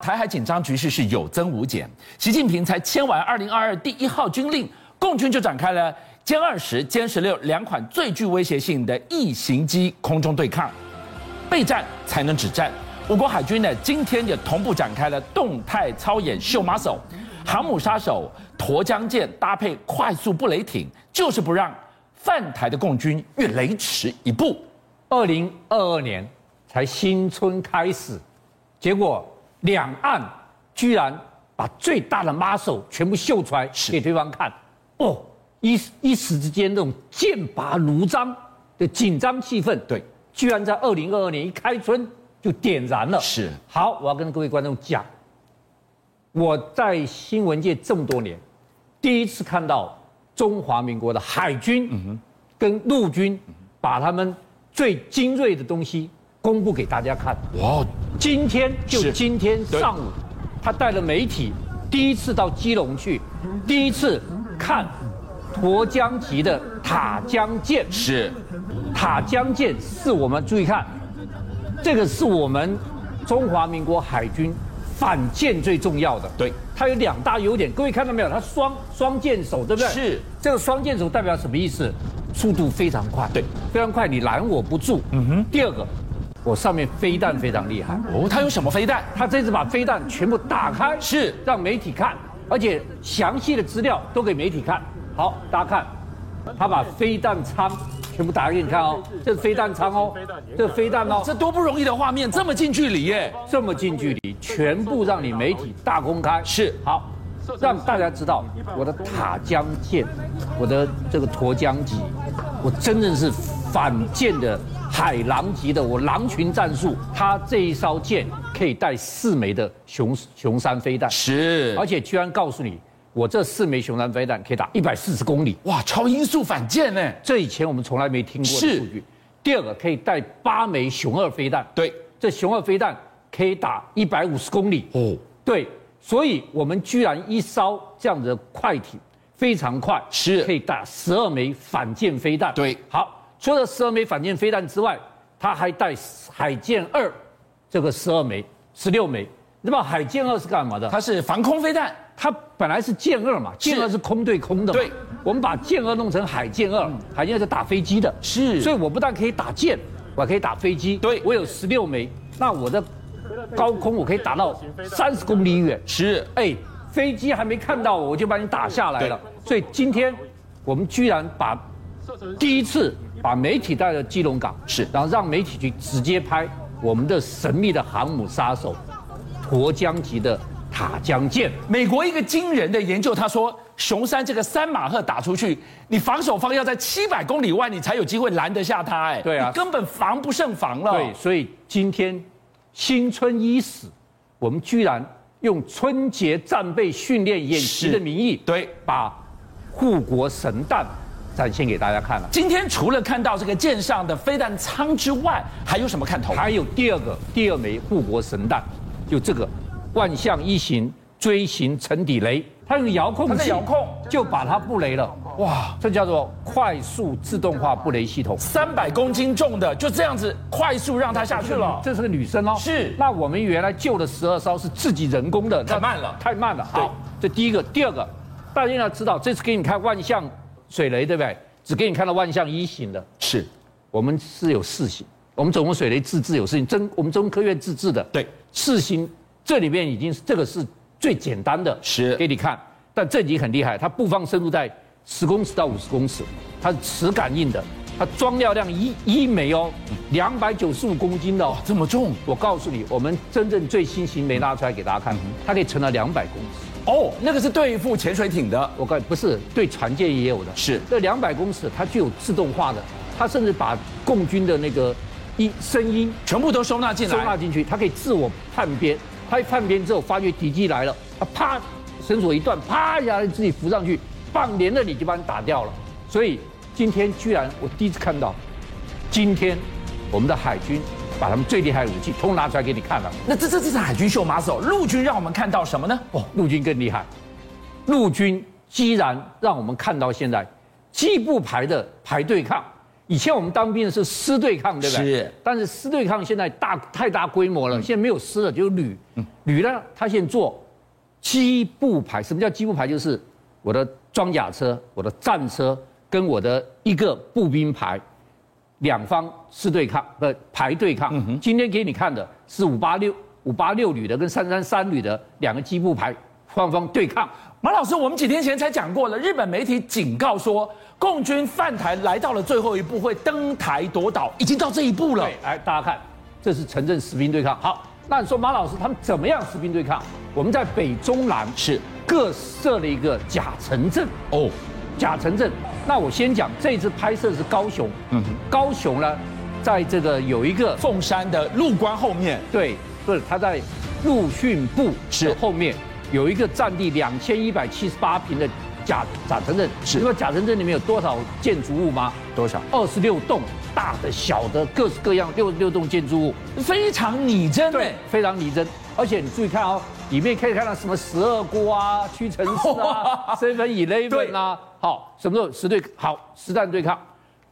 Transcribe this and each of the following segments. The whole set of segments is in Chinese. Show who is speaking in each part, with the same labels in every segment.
Speaker 1: 台海紧张局势是有增无减，习近平才签完二零二二第一号军令，共军就展开了歼二十、歼十六两款最具威胁性的翼型机空中对抗，备战才能止战。我国海军呢，今天也同步展开了动态操演秀马手、航母杀手、沱江舰搭配快速布雷艇，就是不让犯台的共军越雷池一步。
Speaker 2: 二零二二年才新春开始，结果两岸居然把最大的马手全部秀出来给对方看，哦，一一时之间那种剑拔弩张的紧张气氛，
Speaker 1: 对，
Speaker 2: 居然在二零二二年一开春就点燃了。
Speaker 1: 是
Speaker 2: 好，我要跟各位观众讲，我在新闻界这么多年，第一次看到中华民国的海军跟陆军把他们最精锐的东西公布给大家看。
Speaker 1: 哇，
Speaker 2: 今天就是今天上午，他带了媒体第一次到基隆去，第一次看沱江级的塔江舰。
Speaker 1: 是
Speaker 2: 塔江舰是我们注意看，这个是我们中华民国海军反舰最重要的。
Speaker 1: 对
Speaker 2: 它有两大优点，各位看到没有？它双双舰手，对不对？
Speaker 1: 是
Speaker 2: 这个双箭手代表什么意思？速度非常快，
Speaker 1: 对，
Speaker 2: 非常快，你拦我不住。嗯哼。第二个，我上面飞弹非常厉害，
Speaker 1: 哦，它有什么飞弹？
Speaker 2: 他这次把飞弹全部打开，
Speaker 1: 是
Speaker 2: 让媒体看，而且详细的资料都给媒体看。好，大家看，他把飞弹舱全部打开给你看哦，这是飞弹舱哦，这是飞弹哦，
Speaker 1: 这多不容易的画面，这么近距离耶！
Speaker 2: 这么近距离，全部让你媒体大公开，
Speaker 1: 是
Speaker 2: 好，让大家知道我的塔江舰，我的这个沱江级，我真正是反舰的海狼级的，我狼群战术，它这一艘舰可以带四枚的熊熊山飞弹，
Speaker 1: 是
Speaker 2: 而且居然告诉你，我这四枚熊山飞弹可以打一百四十公里，
Speaker 1: 哇，超音速反舰呢？
Speaker 2: 这以前我们从来没听过的
Speaker 1: 是
Speaker 2: 数据。第二个可以带八枚熊二飞弹，
Speaker 1: 对，
Speaker 2: 这熊二飞弹可以打一百五十公里。
Speaker 1: 哦，
Speaker 2: 对，所以我们居然一艘这样子的快艇非常快，
Speaker 1: 是
Speaker 2: 可以打十二枚反舰飞弹。
Speaker 1: 对
Speaker 2: 好，除了十二枚反舰飞弹之外，它还带海舰二，这个十二枚、十六枚。那么海舰二是干嘛的？它
Speaker 1: 它是防空飞弹，
Speaker 2: 它本来是舰二嘛，
Speaker 1: 是
Speaker 2: 舰二是空对空的嘛。
Speaker 1: 对，嗯
Speaker 2: 我们把舰二弄成海舰二，海舰二是打飞机的。
Speaker 1: 是
Speaker 2: 所以我不但可以打舰，我还可以打飞机。
Speaker 1: 对
Speaker 2: 我有十六枚，那我的高空我可以打到三十公里远。
Speaker 1: 是
Speaker 2: 哎，飞机还没看到我，我就把你打下来了。所以今天我们居然把第一次把媒体带到基隆港，
Speaker 1: 是
Speaker 2: 然后让媒体去直接拍我们的神秘的航母杀手沱江级的塔江舰。
Speaker 1: 美国一个惊人的研究，他说熊山这个三马赫打出去，你防守方要在七百公里外，你才有机会拦得下它。哎，
Speaker 2: 对啊
Speaker 1: 你根本防不胜防了。
Speaker 2: 对，，所以今天新春伊始，我们居然用春节战备训练演习
Speaker 1: 是
Speaker 2: 的名义，
Speaker 1: 对
Speaker 2: 把护国神弹展现给大家看了。
Speaker 1: 今天除了看到这个舰上的飞弹舱之外，还有什么看头？
Speaker 2: 还有第二个，第二枚护国神弹，就这个万象一型锥形沉底雷，它用遥控
Speaker 1: 它在
Speaker 2: 器
Speaker 1: 遥控
Speaker 2: 就把它布雷了，
Speaker 1: 哇，
Speaker 2: 这叫做快速自动化布雷系统。
Speaker 1: 三百公斤重的就这样子快速让它下去了。
Speaker 2: 这是个女生哦。
Speaker 1: 是
Speaker 2: 那我们原来旧的十二艘是自己人工的，
Speaker 1: 太
Speaker 2: 那
Speaker 1: 慢了
Speaker 2: 太慢了。
Speaker 1: 对
Speaker 2: 好，这第一个，第二个，大家要知道，这次给你看万象水雷，对不对？只给你看到万象一型的，
Speaker 1: 是，
Speaker 2: 我们是有四型，我们总共水雷自制有四型，真我们中科院自制的。
Speaker 1: 对，
Speaker 2: 四型这里面已经是这个是最简单的，
Speaker 1: 是
Speaker 2: 给你看，但这已经很厉害，它布放深度在十公尺到五十公尺，它是磁感应的，它装料量一一枚哦，两百九十五公斤的哦
Speaker 1: 哇，。这么重
Speaker 2: 我告诉你，我们真正最新型没拉出来给大家
Speaker 1: 嗯
Speaker 2: 看，它可以沉到两百公尺。
Speaker 1: 哦，那个是对付潜水艇的。
Speaker 2: 我告诉你，不是对船舰也有的，
Speaker 1: 是
Speaker 2: 这两百公尺它具有自动化的，它甚至把共军的那个音声音
Speaker 1: 全部都收纳进
Speaker 2: 收纳
Speaker 1: 来。
Speaker 2: 进去，它可以自我叛变。它一叛变之后，发觉敌机来了，它啪绳索一断，啪一下自己浮上去，棒连了你就把你打掉了。所以今天居然我第一次看到，今天我们的海军把他们最厉害的武器通拿出来给你看了。
Speaker 1: 那这这这是海军秀马手，陆军让我们看到什么呢？哦，
Speaker 2: 陆军更厉害，陆军既然让我们看到现在机步排的排对抗，以前我们当兵的是师对抗，对不对？
Speaker 1: 是。
Speaker 2: 但是师对抗现在大太大规模了，现在没有师了，只有旅。旅呢，他现在做机步排。什么叫机步排？就是我的装甲车、我的战车跟我的一个步兵排，两方师对抗，不、排对抗。今天给你看的是五八六五八六旅的跟三三三旅的两个机步排，双方对抗。
Speaker 1: 马老师，我们几天前才讲过了，日本媒体警告说，共军犯台来到了最后一步，会登台夺岛，已经到这一步了
Speaker 2: 对。，来大家看，这是城镇实兵对抗。好，那你说马老师他们怎么样实兵对抗？我们在北中南
Speaker 1: 是
Speaker 2: 各设了一个假城镇，
Speaker 1: 哦，
Speaker 2: 假城镇。那我先讲，这一次拍摄是高雄，嗯，高雄呢，在这个有一个
Speaker 1: 凤山的陆关后面
Speaker 2: 对，不是他在陆训部
Speaker 1: 是
Speaker 2: 是后面有一个占地两千一百七十八平的假假城镇，
Speaker 1: 是
Speaker 2: 你知道假城镇里面有多少建筑物吗？
Speaker 1: 多少？
Speaker 2: 二十六栋，大的、小的，各式各样六十六栋建筑物。
Speaker 1: 非常拟真
Speaker 2: 对，非常拟真。而且你注意看哦，里面可以看到什么十二锅啊、屈臣氏啊、seven eleven 啊，好，什么时候实对好实战对抗？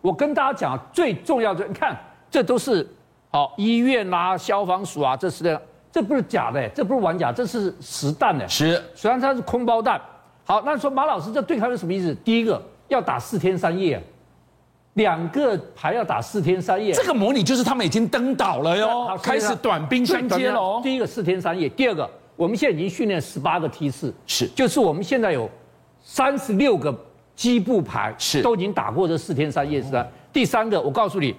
Speaker 2: 我跟大家讲啊，最重要的，你看这都是好医院啊、消防署啊，这是的，这不是假的，这不是玩假，这是实弹的。
Speaker 1: 是
Speaker 2: 虽然它是空包弹。好，那说马老师这对抗是什么意思？第一个要打四天三夜，两个牌要打四天三夜。
Speaker 1: 这个模拟，就是他们已经登岛了哟
Speaker 2: 好，
Speaker 1: 开始短兵相接了哦。
Speaker 2: 第一个四天三夜，第二个我们现在已经训练十八个梯次，
Speaker 1: 是
Speaker 2: 就是我们现在有三十六个机步排，
Speaker 1: 是
Speaker 2: 都已经打过这四天三夜是吧？第三个，我告诉你，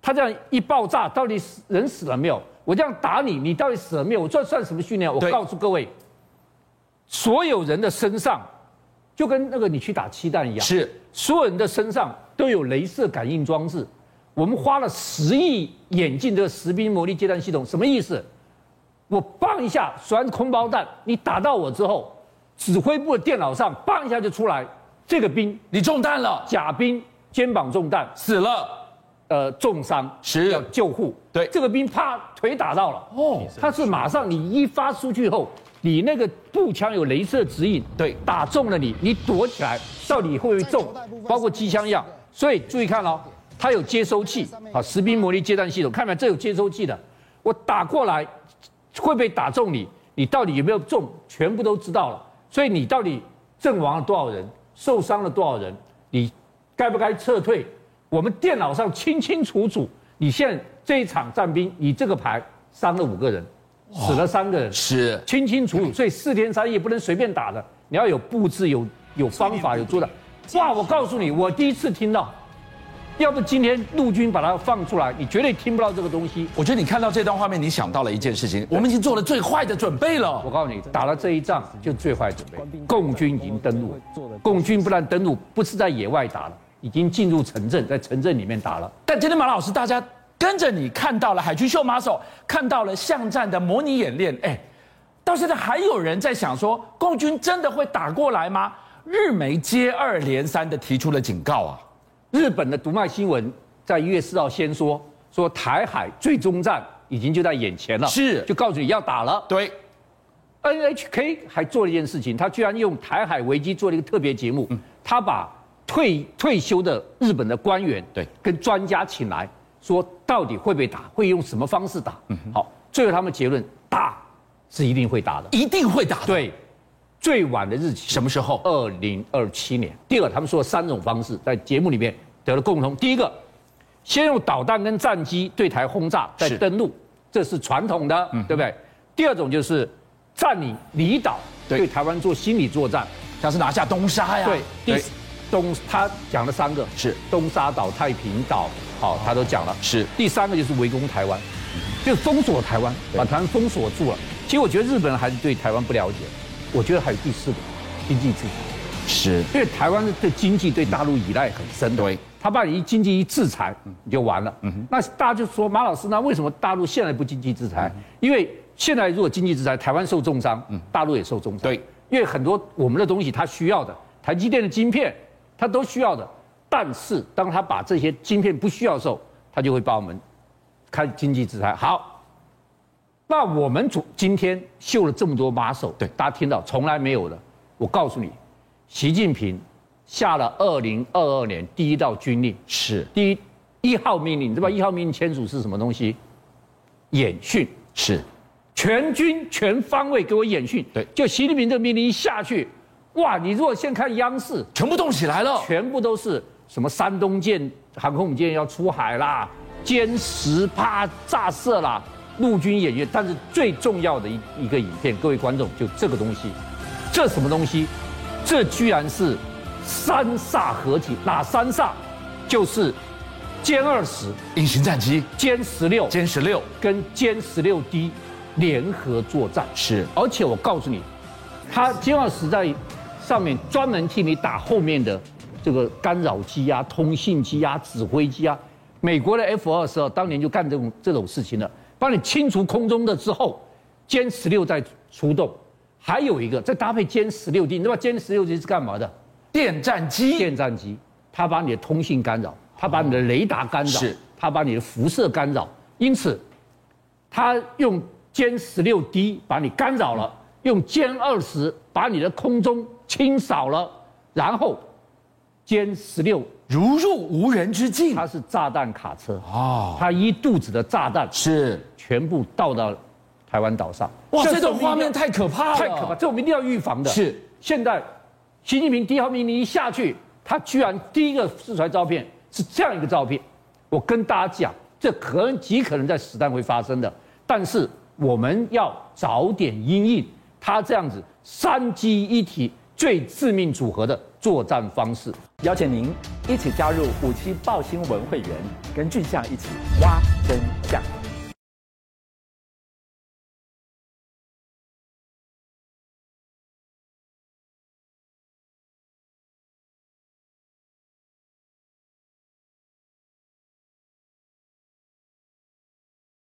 Speaker 2: 他这样一爆炸，到底死人死了没有？我这样打你，你到底死了没有？我这算什么训练？我
Speaker 1: 对
Speaker 2: 告诉各位，所有人的身上就跟那个你去打气弹一样，
Speaker 1: 是
Speaker 2: 所有人的身上都有镭射感应装置。我们花了十亿演进这个实兵魔力接弹系统，什么意思？我棒一下，虽然空包弹，你打到我之后，指挥部的电脑上棒一下就出来，这个兵
Speaker 1: 你中弹了，
Speaker 2: 甲兵肩膀中弹，
Speaker 1: 死了，
Speaker 2: 呃，重伤
Speaker 1: 是
Speaker 2: 要救护。
Speaker 1: 对
Speaker 2: 这个兵啪腿打到了，
Speaker 1: 哦
Speaker 2: 他是马上你一发出去后，你那个步枪有镭射指引，
Speaker 1: 对
Speaker 2: 打中了你，你躲起来，到底会不会中
Speaker 3: 在球袋部？分
Speaker 2: 包括机枪一样，所以注意看哦，它有接收器，好，实兵魔力接弹系统，看到没有？这有接收器的，我打过来会不会打中你？你到底有没有中？全部都知道了，所以你到底阵亡了多少人，受伤了多少人，你该不该撤退？我们电脑上清清楚楚，你现在这一场战兵，你这个牌伤了五个人，死了三个人，
Speaker 1: 是
Speaker 2: 清清楚楚。所以四天三夜不能随便打的，你要有布置、有有方法、有做的。哇！我告诉你，我第一次听到，要不今天陆军把它放出来，你绝对听不到这个东西。
Speaker 1: 我觉得你看到这段画面，你想到了一件事情，我们已经做了最坏的准备了
Speaker 2: 我。告诉你，打了这一仗就最坏准备。共军已经登陆，共军不但登陆，不是在野外打了，已经进入城镇，在城镇里面打了。
Speaker 1: 但今天马老师，大家跟着你看到了海军秀马手，看到了巷战的模拟演练，哎，到现在还有人在想说，共军真的会打过来吗？日媒接二连三的提出了警告啊，
Speaker 2: 日本的读卖新闻在一月四号先说说台海最终战已经就在眼前了，
Speaker 1: 是
Speaker 2: 就告诉你要打了。
Speaker 1: 对，
Speaker 2: NHK 还做了一件事情，他居然用台海危机做了一个特别节目，他把退退休的日本的官员
Speaker 1: 对
Speaker 2: 跟专家请来，说到底会不会打，会用什么方式打？好，最后他们结论打是一定会打的，
Speaker 1: 一定会打的。
Speaker 2: 对，最晚的日期
Speaker 1: 什么时候？
Speaker 2: 二零二七年。第二，他们说三种方式在节目里面得了共同。第一个，先用导弹跟战机对台轰炸，再
Speaker 1: 是嗯
Speaker 2: 登陆，这是传统的，对不对？第二种就是占领离岛，
Speaker 1: 对
Speaker 2: 对台湾做心理作战。
Speaker 1: 像是拿下东沙呀，
Speaker 2: 对，第四东他讲了三个，
Speaker 1: 是
Speaker 2: 东沙岛、太平岛，好，他都讲了。
Speaker 1: 是
Speaker 2: 第三个就是围攻台湾，就是封锁台湾，把台湾封锁住了。其实我觉得日本人还是对台湾不了解，我觉得还有第四个，经济制裁。
Speaker 1: 是
Speaker 2: 因为台湾对经济对大陆依赖很深的，
Speaker 1: 对嗯
Speaker 2: 他把你一经济一制裁，嗯你就完了。那大家就说马老师，那为什么大陆现在不经济制裁？
Speaker 1: 嗯
Speaker 2: 因为现在如果经济制裁，台湾受重伤，大陆也受重伤。
Speaker 1: 对，
Speaker 2: 因为很多我们的东西它需要的，台积电的晶片它都需要的，但是当他把这些晶片不需要的时候，他就会把我们开经济制裁。好，那我们主今天秀了这么多马手，
Speaker 1: 对
Speaker 2: 大家听到从来没有的。我告诉你，习近平下了二零二二年第一道军令，
Speaker 1: 是
Speaker 2: 第一一号命令，你知道一号命令签署是什么东西？演训，
Speaker 1: 是，
Speaker 2: 全军全方位给我演训。
Speaker 1: 对
Speaker 2: 就习近平这个命令一下去，哇！你如果现在看央视，
Speaker 1: 全部动起来了。
Speaker 2: 全部都是什么山东舰、航空母舰要出海啦，歼十趴炸射啦，陆军演练。但是最重要的一一个影片，各位观众就这个东西，这什么东西？这居然是三煞合体，哪三煞？就是歼二十、
Speaker 1: 隐形战机
Speaker 2: 歼十六
Speaker 1: 歼十六
Speaker 2: 跟歼十六 D 联合作战。
Speaker 1: 是
Speaker 2: 而且我告诉你，他歼二十在上面专门替你打后面的这个干扰机啊、通信机啊、指挥机啊。美国的 F 二十二当年就干这种这种事情了，帮你清除空中的之后，歼十六再出动。还有一个，再搭配歼十六 D，你知道吧歼十六 D 是干嘛的？
Speaker 1: 电战机，
Speaker 2: 电战机，它把你的通信干扰，它把你的雷达干扰，
Speaker 1: 是
Speaker 2: 它把你的辐射干扰，因此，它用歼十六 D 把你干扰了，
Speaker 1: 嗯
Speaker 2: 用歼二十把你的空中清扫了，然后歼十六
Speaker 1: 如入无人之境
Speaker 2: 它是炸弹卡车，
Speaker 1: 哦，
Speaker 2: 它一肚子的炸弹
Speaker 1: 是
Speaker 2: 全部倒到台湾岛上，
Speaker 1: 哇，
Speaker 2: 是
Speaker 1: 这种
Speaker 2: 我
Speaker 1: 画
Speaker 2: 们一定要
Speaker 1: 面太可怕了，
Speaker 2: 太可怕，这我们一定要预防的。
Speaker 1: 是，
Speaker 2: 现在习近平第一号命令一下去，他居然第一个试出来照片是这样一个照片。我跟大家讲，这可能极可能在实战会发生的，但是我们要早点应应他这样子三机一体最致命组合的作战方式。
Speaker 3: 邀请您一起加入五七报新闻会员，跟俊相一起挖真相。